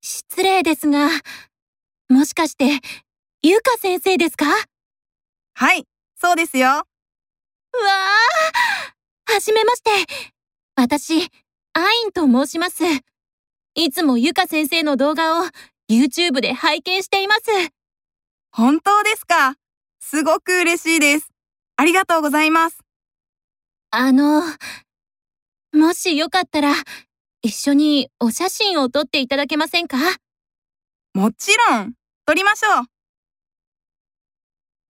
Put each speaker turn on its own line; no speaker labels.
失礼ですが、もしかして、ゆうか先生ですかわ
はい、そうですよ。
あはじめまして。私、アインと申します。いつもゆか先生の動画を YouTube で拝見しています。
本当ですかすごく嬉しいです。ありがとうございます。
あの、もしよかったら、一緒にお写真を撮っていただけませんか
もちろん、撮りましょう。